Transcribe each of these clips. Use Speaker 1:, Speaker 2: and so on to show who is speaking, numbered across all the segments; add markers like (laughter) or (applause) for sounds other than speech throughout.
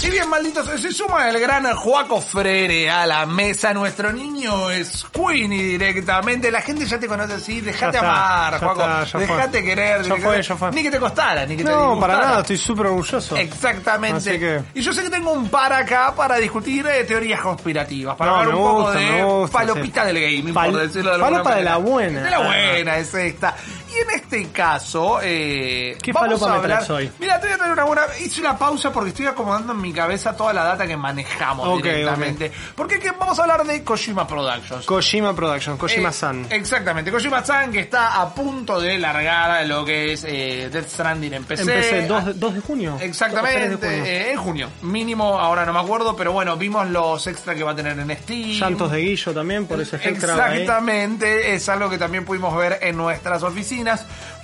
Speaker 1: Y bien, malditos, se suma el gran Joaco Frere a la mesa. Nuestro niño es Queenie directamente. La gente ya te conoce así. Dejate
Speaker 2: Ya está,
Speaker 1: amar,
Speaker 2: ya
Speaker 1: Joaco.
Speaker 2: está, ya fue.
Speaker 1: Dejate querer.
Speaker 2: Ya
Speaker 1: dejate-
Speaker 2: fue, ya fue.
Speaker 1: Ni que te costara, ni que te
Speaker 2: No, para
Speaker 1: disgustara.
Speaker 2: nada, estoy súper orgulloso.
Speaker 1: Exactamente.
Speaker 2: Así que-
Speaker 1: Y yo sé que tengo un par acá para discutir eh, teorías conspirativas, para
Speaker 2: No,
Speaker 1: hablar
Speaker 2: me
Speaker 1: un poco
Speaker 2: gusta,
Speaker 1: de
Speaker 2: me gusta,
Speaker 1: palopita
Speaker 2: sí.
Speaker 1: del gaming,
Speaker 2: Pal-
Speaker 1: por decirlo de alguna
Speaker 2: falopa de
Speaker 1: manera.
Speaker 2: la buena.
Speaker 1: De la
Speaker 2: Ah.
Speaker 1: buena, es esta. Y en este caso, eh,
Speaker 2: ¿Qué
Speaker 1: vamos
Speaker 2: falopa
Speaker 1: a
Speaker 2: me
Speaker 1: hablar...
Speaker 2: traes hoy?
Speaker 1: Mira, te voy a traer una buena... Hice una pausa porque estoy acomodando en mi cabeza toda la data que manejamos
Speaker 2: Ok,
Speaker 1: directamente. Porque que vamos a hablar de Kojima Productions.
Speaker 2: Kojima Production, Kojima
Speaker 1: Eh,
Speaker 2: San.
Speaker 1: exactamente, Kojima-san que está a punto de largar lo que es eh, Death Stranding en PC.
Speaker 2: Empecé 2, de junio.
Speaker 1: Exactamente,
Speaker 2: 3 de junio.
Speaker 1: eh, en junio. Mínimo, ahora no me acuerdo, pero bueno, vimos los extra que va a tener en Steam.
Speaker 2: Llantos de Guillo también, por ese Exactamente.
Speaker 1: Exactamente, es algo que también pudimos ver en nuestras oficinas.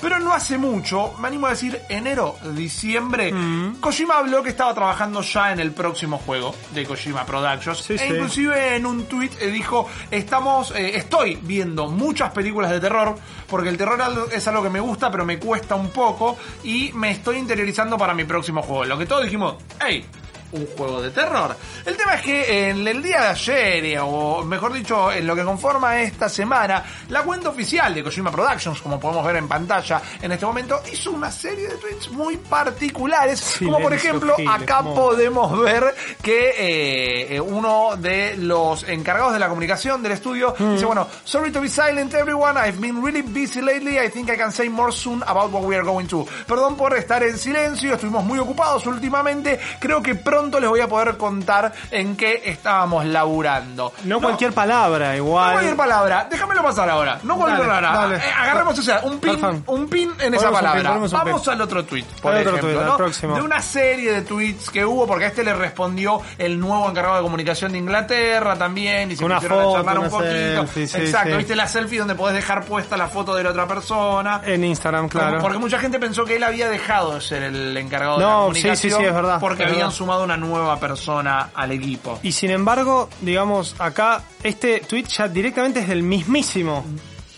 Speaker 1: Pero no hace mucho, me animo a decir enero, diciembre,
Speaker 2: Mm.
Speaker 1: Kojima habló que estaba trabajando ya en el próximo juego de Kojima Productions.
Speaker 2: Sí,
Speaker 1: e
Speaker 2: sí.
Speaker 1: inclusive en un tweet dijo, estamos, eh, estoy viendo muchas películas de terror, porque el terror al- es algo que me gusta, pero me cuesta un poco, y me estoy interiorizando para mi próximo juego. Lo que todos dijimos, hey, un juego de terror. El tema es que en el día de ayer, eh, o mejor dicho, en lo que conforma esta semana, la cuenta oficial de Kojima Productions, como podemos ver en pantalla en este momento, hizo una serie de tweets muy particulares, como por
Speaker 2: Silencio,
Speaker 1: ejemplo,
Speaker 2: Gil,
Speaker 1: acá
Speaker 2: como-
Speaker 1: podemos ver que eh, eh, uno de los encargados de la comunicación del estudio dice, bueno, sorry to be silent everyone, I've been really busy lately, I think I can say more soon about what we are going to. Perdón por estar en silencio, estuvimos muy ocupados últimamente, creo que pronto les voy a poder contar en qué estábamos laburando.
Speaker 2: No, cualquier palabra, igual.
Speaker 1: No cualquier palabra, déjamelo pasar ahora. No cualquier
Speaker 2: Dale,
Speaker 1: palabra.
Speaker 2: dale.
Speaker 1: Eh, agarremos, o sea, un pin,
Speaker 2: Perfecto.
Speaker 1: un pin en
Speaker 2: Ponemos
Speaker 1: esa
Speaker 2: un pin,
Speaker 1: palabra.
Speaker 2: ponemos un pin.
Speaker 1: Vamos al otro tweet, por
Speaker 2: Al otro
Speaker 1: ejemplo.
Speaker 2: tuit, al
Speaker 1: ¿no?
Speaker 2: próximo.
Speaker 1: De una serie de tweets que hubo, porque a este le respondió el nuevo encargado de comunicación de Inglaterra también, y se
Speaker 2: Una
Speaker 1: pusieron
Speaker 2: foto,
Speaker 1: a charlar un
Speaker 2: una
Speaker 1: poquito.
Speaker 2: selfie, sí,
Speaker 1: Exacto,
Speaker 2: sí.
Speaker 1: viste la selfie donde podés dejar puesta la foto de la otra persona.
Speaker 2: En Instagram, Eh, claro.
Speaker 1: Porque mucha gente pensó que él había dejado de ser el encargado de la
Speaker 2: No,
Speaker 1: comunicación
Speaker 2: sí, sí, sí, es verdad,
Speaker 1: porque
Speaker 2: es
Speaker 1: habían
Speaker 2: verdad.
Speaker 1: sumado una nueva persona al equipo.
Speaker 2: Y sin embargo, digamos, acá, este tweet ya directamente es del mismísimo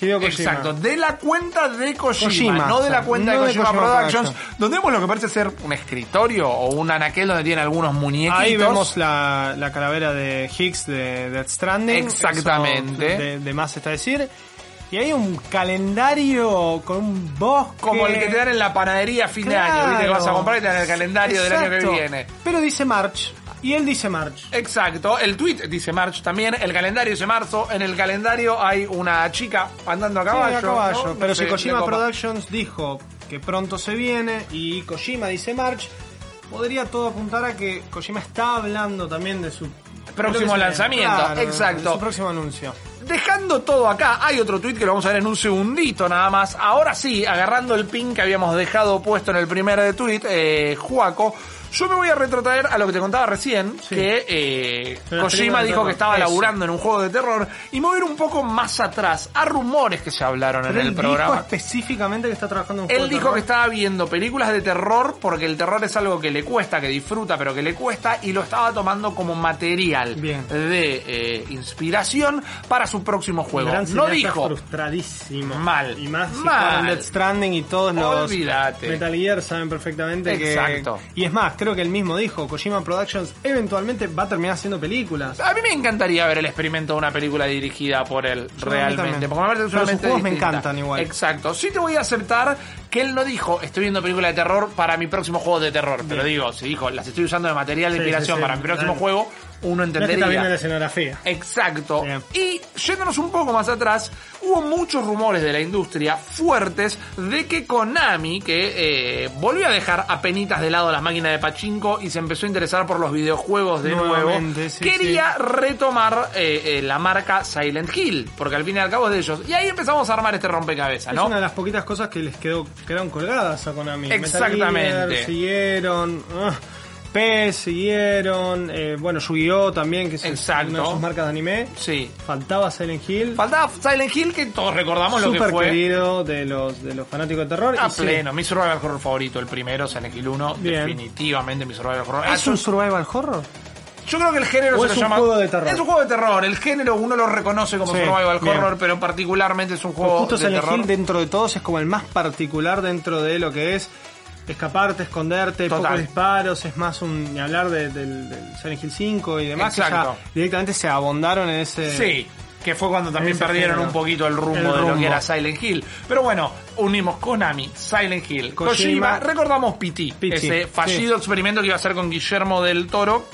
Speaker 2: Hideo Kojima.
Speaker 1: Exacto, de la cuenta de Kojima,
Speaker 2: Kojima,
Speaker 1: no de la
Speaker 2: exacto,
Speaker 1: cuenta de
Speaker 2: no de
Speaker 1: Kojima,
Speaker 2: Kojima
Speaker 1: Productions,
Speaker 2: Productions.
Speaker 1: donde vemos lo que parece ser un escritorio o un anaquel donde tienen algunos muñequitos.
Speaker 2: Ahí vemos la, la calavera de Higgs de Death Stranding.
Speaker 1: Exactamente.
Speaker 2: Eso De, de más está decir. Y hay un calendario con un bosque.
Speaker 1: como el que te dan en la panadería a fin de año, ¿viste? Que vas a comprar y te dan el calendario del año
Speaker 2: Exacto.
Speaker 1: que viene.
Speaker 2: Pero dice March. Y él dice March.
Speaker 1: Exacto, el tweet dice March también, el calendario dice marzo, en el calendario hay una chica andando a caballo.
Speaker 2: Sí, a caballo.
Speaker 1: ¿no? No
Speaker 2: Pero
Speaker 1: sé,
Speaker 2: si Kojima
Speaker 1: la copa.
Speaker 2: Productions dijo que pronto se viene y Kojima dice March, podría todo apuntar a que Kojima está hablando también de su
Speaker 1: Próximo
Speaker 2: de lo que se
Speaker 1: lanzamiento,
Speaker 2: viene. de
Speaker 1: exacto.
Speaker 2: su próximo anuncio.
Speaker 1: Dejando todo acá, hay otro tweet que lo vamos a ver en un segundito nada más. Ahora sí, agarrando el pin que habíamos dejado puesto en el primer tweet, eh, Juaco. Yo me voy a retrotraer a lo que te contaba recién,
Speaker 2: Sí.
Speaker 1: que eh,
Speaker 2: Pero
Speaker 1: Kojima
Speaker 2: películas
Speaker 1: dijo que
Speaker 2: de terror,
Speaker 1: estaba
Speaker 2: eso.
Speaker 1: laburando en un juego de terror, y me voy a ir un poco más atrás, a rumores que se hablaron
Speaker 2: Pero
Speaker 1: en
Speaker 2: él
Speaker 1: el
Speaker 2: dijo
Speaker 1: programa.
Speaker 2: específicamente que está trabajando en un
Speaker 1: Él
Speaker 2: juego de
Speaker 1: dijo que
Speaker 2: terror.
Speaker 1: estaba viendo películas de terror porque el terror es algo que le cuesta, que disfruta, pero que le cuesta y lo estaba tomando como material
Speaker 2: Bien.
Speaker 1: de eh, inspiración para su próximo juego.
Speaker 2: Gran
Speaker 1: no
Speaker 2: cineasta
Speaker 1: dijo.
Speaker 2: frustradísimo.
Speaker 1: Mal.
Speaker 2: Y más si
Speaker 1: Mal.
Speaker 2: jugaron Death Stranding y todos los
Speaker 1: Olvídate.
Speaker 2: Metal Gear saben perfectamente
Speaker 1: Exacto.
Speaker 2: que... Y es más, creo que él mismo dijo, Kojima Productions eventualmente va a terminar haciendo películas.
Speaker 1: A mí me encantaría ver el experimento de una película dirigida por él,
Speaker 2: Yo
Speaker 1: realmente.
Speaker 2: también.
Speaker 1: Porque me parece
Speaker 2: Pero sus
Speaker 1: sumamente
Speaker 2: juegos me
Speaker 1: distinta.
Speaker 2: encantan igual.
Speaker 1: Exacto. Sí te voy a aceptar que él no dijo, estoy viendo películas de terror para mi próximo juego de terror. Te lo digo, si dijo, las estoy usando de material de
Speaker 2: Sí,
Speaker 1: inspiración
Speaker 2: sí, sí,
Speaker 1: para mi próximo
Speaker 2: claro.
Speaker 1: juego, uno
Speaker 2: No es que
Speaker 1: entendería.
Speaker 2: está viendo la escenografía.
Speaker 1: Exacto.
Speaker 2: Bien.
Speaker 1: Y yéndonos un poco más atrás, hubo muchos rumores de la industria fuertes de que Konami, que eh, volvió a dejar a penitas de lado las máquinas de pachinko y se empezó a interesar por los videojuegos de nuevo,
Speaker 2: Nuevamente, sí,
Speaker 1: quería retomar eh, eh, la marca Silent Hill, porque al fin y al cabo es de ellos. Y ahí empezamos a armar este rompecabezas,
Speaker 2: Es
Speaker 1: ¿no?
Speaker 2: una de las poquitas cosas que les quedó, quedaron colgadas a Konami. Metal
Speaker 1: Exactamente.
Speaker 2: Gear, siguieron. ah, PES, siguieron. eh, bueno, Yu-Gi-Oh! también, que es
Speaker 1: Exacto.
Speaker 2: una de sus marcas de anime.
Speaker 1: Sí.
Speaker 2: Faltaba Silent Hill.
Speaker 1: Faltaba Silent Hill, que todos recordamos lo que
Speaker 2: Súper
Speaker 1: fue.
Speaker 2: querido de los, de los fanáticos de terror.
Speaker 1: A
Speaker 2: y sí,
Speaker 1: pleno, mi survival horror favorito, el primero, Silent Hill 1,
Speaker 2: Bien.
Speaker 1: definitivamente mi survival horror. Ah,
Speaker 2: ¿Es un survival horror?
Speaker 1: Yo creo que el género se
Speaker 2: ¿O es
Speaker 1: lo
Speaker 2: un
Speaker 1: llama-
Speaker 2: juego de terror?
Speaker 1: Es un juego de terror. El género uno lo reconoce como
Speaker 2: Sí,
Speaker 1: survival
Speaker 2: bien.
Speaker 1: horror, pero particularmente es un juego
Speaker 2: Justo
Speaker 1: de
Speaker 2: Silent
Speaker 1: terror.
Speaker 2: Hill dentro de todos es como el más particular dentro de lo que es escaparte, esconderte,
Speaker 1: Total.
Speaker 2: pocos disparos, es más un ni hablar de- del, del Silent Hill 5 y demás, que ya
Speaker 1: Exacto.
Speaker 2: directamente se abondaron en ese...
Speaker 1: Sí, que fue cuando también
Speaker 2: Ese
Speaker 1: perdieron
Speaker 2: género.
Speaker 1: un poquito el rumbo,
Speaker 2: El
Speaker 1: de lo
Speaker 2: rumbo.
Speaker 1: que era Silent Hill. Pero bueno, unimos Konami, Silent Hill,
Speaker 2: Kojima.
Speaker 1: Kojima, recordamos PT,
Speaker 2: PT,
Speaker 1: ese fallido experimento que iba a hacer con Guillermo del Toro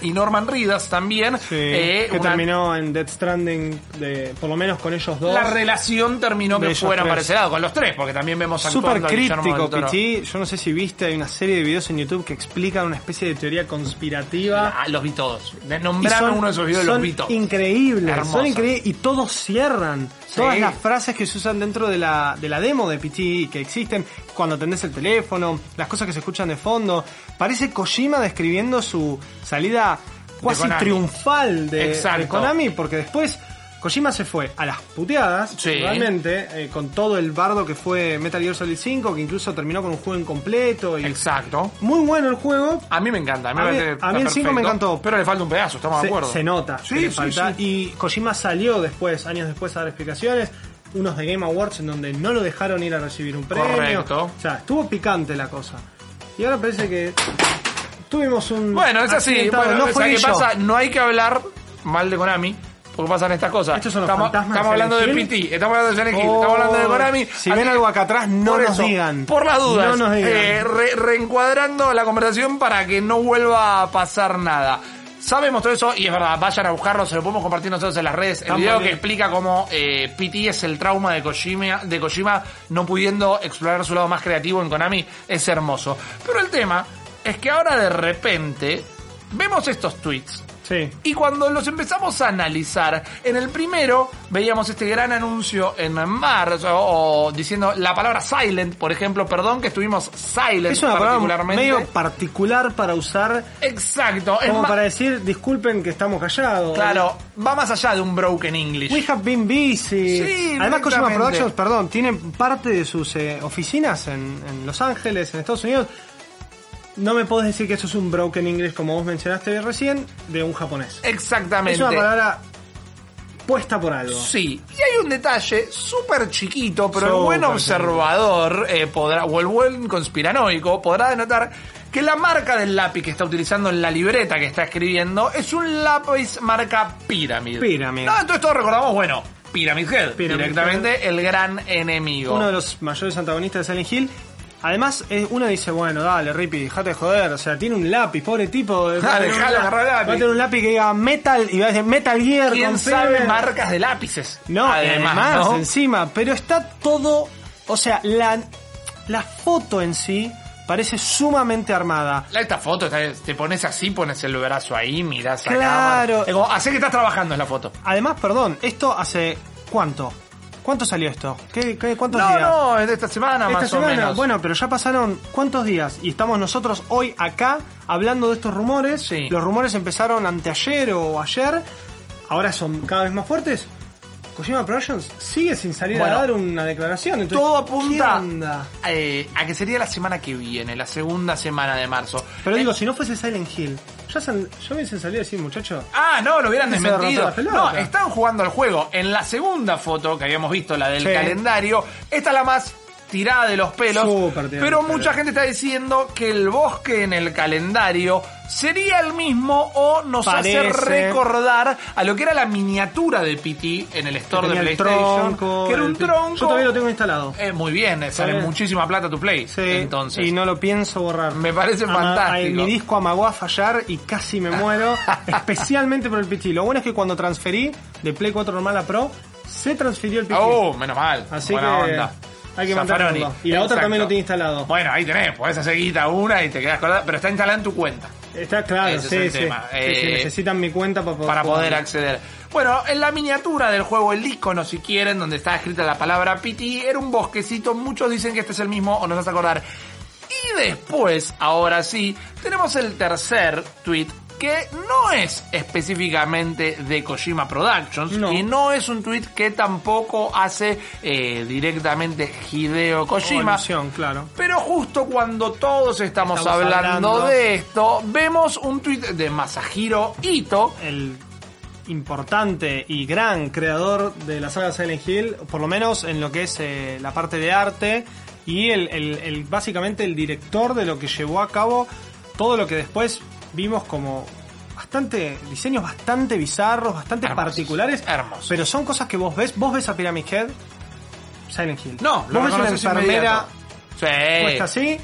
Speaker 1: y Norman Reedus también.
Speaker 2: Sí,
Speaker 1: eh,
Speaker 2: que
Speaker 1: una-
Speaker 2: terminó en Death Stranding, de, por lo menos con ellos dos.
Speaker 1: La relación terminó
Speaker 2: De
Speaker 1: que
Speaker 2: ellos
Speaker 1: fuera
Speaker 2: tres.
Speaker 1: para ese lado, con los tres, porque también vemos actuando
Speaker 2: Súper
Speaker 1: a Guillermo del
Speaker 2: críptico,
Speaker 1: Toro.
Speaker 2: Pichi. Yo no sé si viste, hay una serie de videos en YouTube que explican una especie de teoría conspirativa.
Speaker 1: Ah, los vi todos.
Speaker 2: Y
Speaker 1: Nombrame uno de esos videos, los
Speaker 2: son
Speaker 1: vi todos.
Speaker 2: Increíbles,
Speaker 1: Hermosos.
Speaker 2: son increíbles y todos cierran.
Speaker 1: Sí.
Speaker 2: Todas las frases que se usan dentro de la, de la demo de PT que existen, cuando atendés el teléfono, las cosas que se escuchan de fondo. Parece Kojima describiendo su salida cuasi
Speaker 1: Konami.
Speaker 2: triunfal de,
Speaker 1: Exacto.
Speaker 2: de Konami, porque después Kojima se fue a las puteadas,
Speaker 1: Sí.
Speaker 2: realmente, eh, con todo el bardo que fue Metal Gear Solid 5, que incluso terminó con un juego incompleto. Y
Speaker 1: Exacto.
Speaker 2: Muy bueno el juego,
Speaker 1: A mí me encanta. A mí,
Speaker 2: A
Speaker 1: me
Speaker 2: mí-
Speaker 1: parece
Speaker 2: a mí el
Speaker 1: perfecto,
Speaker 2: cinco me encantó.
Speaker 1: Pero le falta un pedazo, estamos de
Speaker 2: se,
Speaker 1: acuerdo.
Speaker 2: se nota.
Speaker 1: Sí,
Speaker 2: que le
Speaker 1: sí,
Speaker 2: falta.
Speaker 1: sí.
Speaker 2: Y Kojima salió después, años después, a dar explicaciones. Unos de Game Awards en donde no lo dejaron ir a recibir un premio.
Speaker 1: Correcto.
Speaker 2: O sea, estuvo picante la cosa. Y ahora parece que tuvimos un.
Speaker 1: Bueno, es así.
Speaker 2: accidentado.
Speaker 1: Bueno,
Speaker 2: no fue
Speaker 1: ¿sabes qué
Speaker 2: Guillo.
Speaker 1: pasa? No hay que hablar mal de Konami. Porque pasan estas cosas.
Speaker 2: Estos son los
Speaker 1: estamos,
Speaker 2: fantasmas de
Speaker 1: estamos hablando de
Speaker 2: Silent Hill.
Speaker 1: PT, estamos hablando de Silent Hill,
Speaker 2: Oh,
Speaker 1: estamos hablando de Konami.
Speaker 2: si
Speaker 1: Así
Speaker 2: ven
Speaker 1: que,
Speaker 2: algo acá atrás, no
Speaker 1: por
Speaker 2: nos
Speaker 1: eso,
Speaker 2: digan.
Speaker 1: Por las dudas,
Speaker 2: No nos digan.
Speaker 1: eh, re- reencuadrando la conversación para que no vuelva a pasar nada. Sabemos todo eso y es verdad, vayan a buscarlo, se lo podemos compartir nosotros en las redes. El
Speaker 2: Tan
Speaker 1: video que
Speaker 2: valiente.
Speaker 1: explica cómo eh, PT es el trauma de Kojima, de Kojima no pudiendo explorar su lado más creativo en Konami es hermoso. Pero el tema es que ahora de repente vemos estos tweets
Speaker 2: Sí.
Speaker 1: y cuando los empezamos a analizar, en el primero veíamos este gran anuncio en marzo o diciendo la palabra silent, por ejemplo, perdón que estuvimos silent
Speaker 2: Es una palabra
Speaker 1: particularmente.
Speaker 2: medio particular para usar.
Speaker 1: Exacto, es
Speaker 2: Como
Speaker 1: ma-
Speaker 2: para decir, disculpen que estamos callados.
Speaker 1: claro, va más allá de un broken English.
Speaker 2: We have been busy.
Speaker 1: Sí,
Speaker 2: Además, Kojima
Speaker 1: exactamente.
Speaker 2: Productions, perdón, tiene parte de sus eh, oficinas en, en Los Ángeles, en Estados Unidos. No me podés decir que eso es un broken English, como vos mencionaste recién, de un japonés.
Speaker 1: Exactamente.
Speaker 2: Es una palabra puesta por algo.
Speaker 1: Sí, y hay un detalle súper chiquito, pero el
Speaker 2: Súper
Speaker 1: buen
Speaker 2: chiquito.
Speaker 1: observador eh, podrá, o el buen conspiranoico podrá denotar que la marca del lápiz que está utilizando en la libreta que está escribiendo es un lápiz marca Pyramid.
Speaker 2: Pyramid.
Speaker 1: No, entonces todos recordamos, bueno, Pyramid Head,
Speaker 2: Pyramid
Speaker 1: directamente el gran enemigo.
Speaker 2: Uno de los mayores antagonistas de Silent Hill. Además, eh, uno dice, bueno, dale, Rippy, dejate de joder. O sea, tiene un lápiz,
Speaker 1: (laughs)
Speaker 2: pobre tipo. Va a tener un
Speaker 1: dejalo
Speaker 2: la-
Speaker 1: agarrar el lápiz.
Speaker 2: Va a tener un lápiz que diga Metal y va a decir Metal Gear.
Speaker 1: ¿Quién
Speaker 2: con
Speaker 1: sabe
Speaker 2: Silent".
Speaker 1: marcas de lápices?
Speaker 2: No, y además,
Speaker 1: ¿no?
Speaker 2: encima, pero está todo, o sea, la, la foto en sí parece sumamente armada.
Speaker 1: Esta foto, esta- te pones así, pones el brazo ahí, mirás a
Speaker 2: Claro.
Speaker 1: cámara. Es como, Hacé que estás trabajando en la foto.
Speaker 2: Además, perdón, esto hace cuánto? ¿Cuánto salió esto? ¿Qué, qué, cuántos
Speaker 1: No,
Speaker 2: días?
Speaker 1: no, es de esta semana
Speaker 2: Esta
Speaker 1: más
Speaker 2: semana,
Speaker 1: o menos.
Speaker 2: bueno, pero ya pasaron cuántos días y estamos nosotros hoy acá hablando de estos rumores.
Speaker 1: Sí.
Speaker 2: Los rumores empezaron anteayer o ayer, ahora son cada vez más fuertes. Kojima Productions sigue sin salir
Speaker 1: Bueno,
Speaker 2: a dar una declaración. Entonces,
Speaker 1: todo
Speaker 2: ¿qué
Speaker 1: apunta
Speaker 2: onda?
Speaker 1: eh, a que sería la semana que viene, la segunda semana de marzo.
Speaker 2: Pero
Speaker 1: Eh,
Speaker 2: digo, si no fuese Silent Hill, ya, sal- ya hubiesen salido así, muchacho.
Speaker 1: Ah, no, lo hubieran
Speaker 2: Se rompió
Speaker 1: desmentido.
Speaker 2: la pelota.
Speaker 1: No, están jugando al juego. En la segunda foto que habíamos visto, la del
Speaker 2: Sí.
Speaker 1: calendario, esta es la más tirada de los pelos.
Speaker 2: Súper tirada
Speaker 1: pero
Speaker 2: de los
Speaker 1: mucha
Speaker 2: pelos.
Speaker 1: gente está diciendo que el bosque en el calendario sería el mismo o nos hace
Speaker 2: Parece.
Speaker 1: recordar a lo que era la miniatura de PT en el store de
Speaker 2: Tenía el
Speaker 1: PlayStation.
Speaker 2: tronco,
Speaker 1: que era un
Speaker 2: el-
Speaker 1: tronco.
Speaker 2: Yo todavía lo tengo instalado.
Speaker 1: Eh, muy bien, eh, sale
Speaker 2: bien.
Speaker 1: muchísima plata tu play.
Speaker 2: Sí,
Speaker 1: entonces.
Speaker 2: Y no lo pienso borrar.
Speaker 1: Me parece
Speaker 2: Ama-
Speaker 1: fantástico.
Speaker 2: ay, mi disco amagó a fallar y casi
Speaker 1: (laughs)
Speaker 2: me muero, especialmente por el PT. Lo bueno es que cuando transferí de Play 4 normal a Pro, se transfirió el PT.
Speaker 1: Oh, menos mal.
Speaker 2: Así
Speaker 1: Buena
Speaker 2: que
Speaker 1: onda.
Speaker 2: hay que
Speaker 1: Zaffaroni.
Speaker 2: mantenerlo. Y la otra también lo tiene instalado.
Speaker 1: Bueno, ahí tenés, podés hacer guita una y te quedás con la... Pero está instalada en tu cuenta
Speaker 2: Está claro,
Speaker 1: Ese es
Speaker 2: sí,
Speaker 1: el
Speaker 2: sí.
Speaker 1: tema.
Speaker 2: Sí,
Speaker 1: Eh,
Speaker 2: sí, necesitan mi cuenta para poder,
Speaker 1: para poder
Speaker 2: jugar.
Speaker 1: acceder. Bueno, en la miniatura del juego, el icono, si quieren, donde está escrita la palabra Pity, era un bosquecito. Muchos dicen que este es el mismo o nos hace acordar. Y después, ahora sí, tenemos el tercer tweet que no es específicamente de Kojima Productions
Speaker 2: No.
Speaker 1: y no es un tweet que tampoco hace eh, directamente
Speaker 2: Oh,
Speaker 1: Hideo Kojima.
Speaker 2: Evolución, claro.
Speaker 1: Pero justo cuando todos estamos,
Speaker 2: Estamos
Speaker 1: hablando,
Speaker 2: hablando.
Speaker 1: de esto, vemos un tuit de Masahiro Ito.
Speaker 2: El importante y gran creador de la saga Silent Hill, por lo menos en lo que es eh, la parte de arte y el, el- el- básicamente el director de lo que llevó a cabo todo lo que después vimos como bastante diseños bastante bizarros, bastante
Speaker 1: Hermosos,
Speaker 2: particulares,
Speaker 1: hermosos.
Speaker 2: pero son cosas que vos ves, vos ves a Pyramid Head, Silent Hill.
Speaker 1: No, lo
Speaker 2: vos ves una
Speaker 1: reconoces
Speaker 2: enfermera
Speaker 1: inmediato. Eh. Sí.
Speaker 2: puesta así,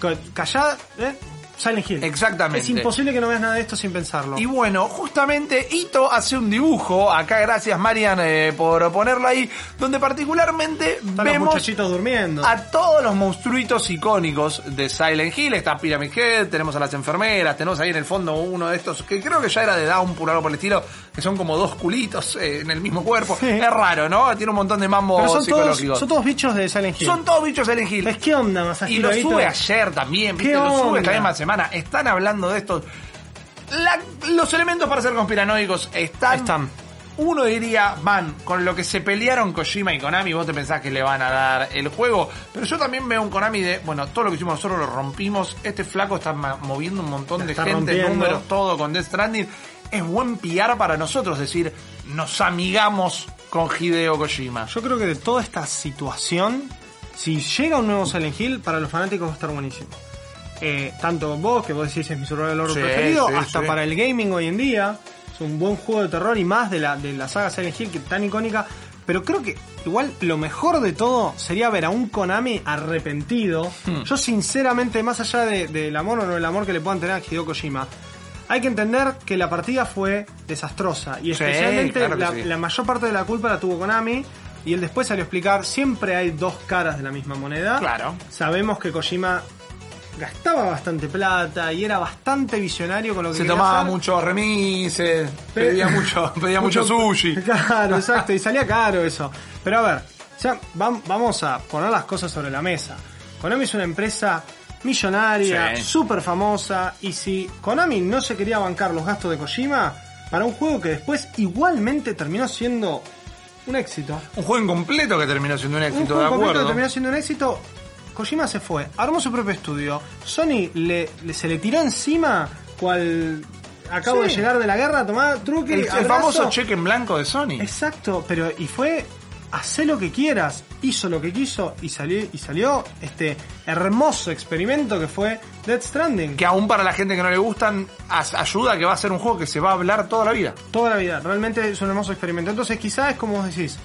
Speaker 2: co- callada, ¿eh? Silent Hill.
Speaker 1: Exactamente.
Speaker 2: Es imposible que no veas nada de esto sin pensarlo.
Speaker 1: Y bueno, justamente Ito hace un dibujo, acá gracias Marian eh, por ponerlo ahí, donde particularmente
Speaker 2: Están los
Speaker 1: vemos
Speaker 2: muchachitos durmiendo.
Speaker 1: a todos los monstruitos icónicos de Silent Hill. Está Pyramid Head, tenemos a las enfermeras, tenemos ahí en el fondo uno de estos, que creo que ya era de Down por algo por el estilo, que son como dos culitos eh, en el mismo cuerpo.
Speaker 2: Sí.
Speaker 1: Es raro, ¿no? Tiene un montón de mambo
Speaker 2: Pero son todos,
Speaker 1: psicológico.
Speaker 2: son todos bichos de Silent Hill.
Speaker 1: Son todos bichos Silent Hill.
Speaker 2: ¿Ves qué onda, Masahiro?
Speaker 1: Y lo
Speaker 2: Ito?
Speaker 1: sube ayer también, ¿viste?
Speaker 2: ¿Qué
Speaker 1: Lo sube
Speaker 2: onda?
Speaker 1: esta misma semana. Están hablando de estos. La- los elementos para ser conspiranoicos están.
Speaker 2: Están.
Speaker 1: Uno diría, van, con lo que se pelearon Kojima y Konami, vos te pensás que le van a dar el juego. Pero yo también veo un Konami de, bueno, todo lo que hicimos nosotros lo rompimos. Este flaco está ma- moviendo un montón de
Speaker 2: Está
Speaker 1: gente,
Speaker 2: rompiendo.
Speaker 1: números, todo con Death Stranding. Es buen piar para nosotros decir, nos amigamos con Hideo Kojima.
Speaker 2: Yo creo que de toda esta situación, si llega un nuevo Silent Hill, para los fanáticos va a estar buenísimo. Eh, tanto vos, que vos decís es mi survival horror
Speaker 1: Sí,
Speaker 2: preferido,
Speaker 1: sí,
Speaker 2: hasta
Speaker 1: sí.
Speaker 2: para el gaming hoy en día. Es un buen juego de terror y más de la, de la saga Silent Hill que tan icónica. Pero creo que igual lo mejor de todo sería ver a un Konami arrepentido.
Speaker 1: Hmm.
Speaker 2: Yo sinceramente, más allá de- del amor o no el amor que le puedan tener a Hideo Kojima, hay que entender que la partida fue desastrosa. Y
Speaker 1: Sí,
Speaker 2: especialmente
Speaker 1: claro que
Speaker 2: la,
Speaker 1: sí.
Speaker 2: la mayor parte de la culpa la tuvo Konami. Y él después salió a explicar, siempre hay dos caras de la misma moneda.
Speaker 1: Claro.
Speaker 2: Sabemos que Kojima gastaba bastante plata y era bastante visionario con lo que
Speaker 1: Se
Speaker 2: quería
Speaker 1: tomaba
Speaker 2: hacer.
Speaker 1: muchos remises,
Speaker 2: Pe-
Speaker 1: pedía
Speaker 2: (laughs)
Speaker 1: mucho, pedía mucho sushi.
Speaker 2: Claro, exacto. Y salía caro eso. Pero a ver, o sea, vam- vamos a poner las cosas sobre la mesa. Konami es una empresa millonaria,
Speaker 1: Sí.
Speaker 2: súper famosa. Y si Konami no se quería bancar los gastos de Kojima para un juego que después igualmente terminó siendo un éxito.
Speaker 1: Un juego incompleto que terminó siendo un
Speaker 2: Un
Speaker 1: éxito,
Speaker 2: juego
Speaker 1: de
Speaker 2: completo que
Speaker 1: acuerdo.
Speaker 2: terminó siendo un éxito. Kojima se fue, armó su propio estudio. Sony le, le- se le tiró encima cual acabo
Speaker 1: Sí.
Speaker 2: de llegar de la guerra, tomá truque.
Speaker 1: El, el
Speaker 2: abrazo.
Speaker 1: famoso cheque en blanco de Sony.
Speaker 2: Exacto, pero y fue hacer lo que quieras, hizo lo que quiso y salió y salió este hermoso experimento que fue Dead Stranding.
Speaker 1: Que aún para la gente que no le gustan, as- ayuda que va a ser un juego que se va a hablar toda la vida.
Speaker 2: toda la vida. Realmente es un hermoso experimento. Entonces, quizás es como vos decís,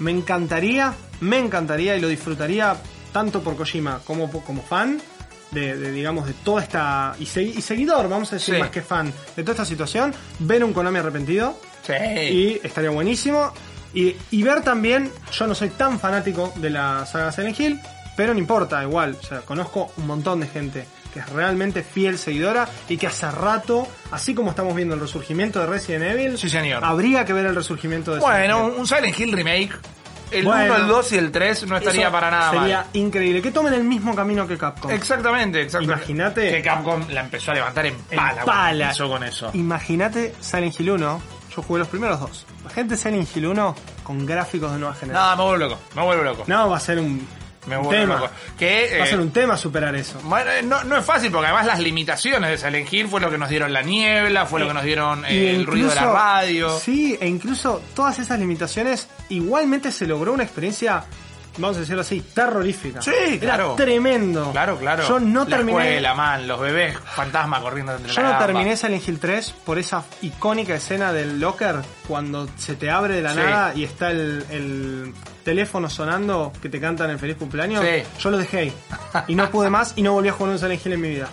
Speaker 2: me encantaría, me encantaría y lo disfrutaría tanto por Kojima como, po- como fan. De, de, digamos, de toda esta. Y, segui- y seguidor, vamos a decir
Speaker 1: Sí.
Speaker 2: más que fan, de toda esta situación, ver un Konami arrepentido.
Speaker 1: Sí.
Speaker 2: Y estaría buenísimo. Y, y ver también, yo no soy tan fanático de la saga Silent Hill, pero no importa, igual. O sea, conozco un montón de gente que es realmente fiel seguidora y que hace rato, así como estamos viendo el resurgimiento de Resident Evil,
Speaker 1: Sí, señor.
Speaker 2: habría que ver el resurgimiento de Silent
Speaker 1: Bueno,
Speaker 2: Hill.
Speaker 1: un Silent Hill remake. El 1,
Speaker 2: Bueno.
Speaker 1: el 2 y el 3 no estaría
Speaker 2: Eso
Speaker 1: para nada
Speaker 2: Sería
Speaker 1: mal.
Speaker 2: increíble. Que tomen el mismo camino que Capcom.
Speaker 1: Exactamente, exactamente.
Speaker 2: Imagínate-
Speaker 1: Que Capcom la empezó a levantar en
Speaker 2: En
Speaker 1: pala. cuando
Speaker 2: pala.
Speaker 1: empezó con eso.
Speaker 2: Imagínate Silent Hill 1. Yo jugué los primeros dos. Imagínate Silent Hill 1 con gráficos de nueva generación.
Speaker 1: Nada, me vuelvo loco. Me vuelvo loco.
Speaker 2: No, va a ser un,
Speaker 1: me
Speaker 2: un
Speaker 1: vuelvo
Speaker 2: tema.
Speaker 1: loco. Que,
Speaker 2: Va a
Speaker 1: eh,
Speaker 2: ser un tema superar eso.
Speaker 1: Bueno, eh, no, no es fácil porque además las limitaciones de Silent Hill fue lo que nos dieron la niebla, fue lo que nos dieron eh,
Speaker 2: Y
Speaker 1: el ruido de la
Speaker 2: incluso-
Speaker 1: radio.
Speaker 2: Sí, e incluso todas esas limitaciones, igualmente se logró una experiencia vamos a decirlo así, terrorífica.
Speaker 1: Sí,
Speaker 2: Era
Speaker 1: claro.
Speaker 2: tremendo.
Speaker 1: Claro, claro.
Speaker 2: Yo no
Speaker 1: la
Speaker 2: terminé.
Speaker 1: escuela, man, los bebés fantasma corriendo entre la
Speaker 2: Yo no
Speaker 1: gamba.
Speaker 2: terminé Silent Hill 3 por esa icónica escena del locker cuando se te abre de la
Speaker 1: Sí.
Speaker 2: nada y está el, el teléfono sonando que te cantan el feliz cumpleaños.
Speaker 1: Sí.
Speaker 2: Yo lo dejé ahí. Y no pude más y no volví a jugar un Silent Hill en mi vida.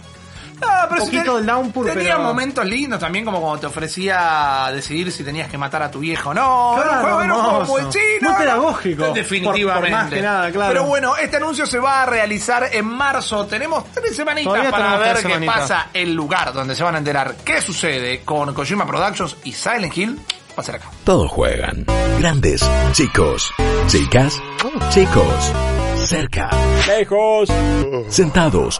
Speaker 1: Ah, pero
Speaker 2: Un
Speaker 1: sí
Speaker 2: poquito
Speaker 1: ten-
Speaker 2: del downpour,
Speaker 1: Tenía
Speaker 2: pero-
Speaker 1: momentos lindos también, como cuando te ofrecía decidir si tenías que matar a tu viejo o no.
Speaker 2: Claro,
Speaker 1: Era un juego- era un juego
Speaker 2: hermoso.
Speaker 1: muy chino,
Speaker 2: Muy
Speaker 1: ¿no?
Speaker 2: pedagógico, por-
Speaker 1: Definitivamente.
Speaker 2: por más que nada, claro.
Speaker 1: Pero bueno, este anuncio se va a realizar en marzo. Tenemos tres semanitas
Speaker 2: Todavía
Speaker 1: para
Speaker 2: tenemos
Speaker 1: ver
Speaker 2: tres
Speaker 1: qué
Speaker 2: semanitas.
Speaker 1: pasa el lugar donde se van a enterar qué sucede con Kojima Productions y Silent Hill. Va a ser acá.
Speaker 3: Todos juegan. Grandes, chicos, chicas, chicos, cerca, lejos, sentados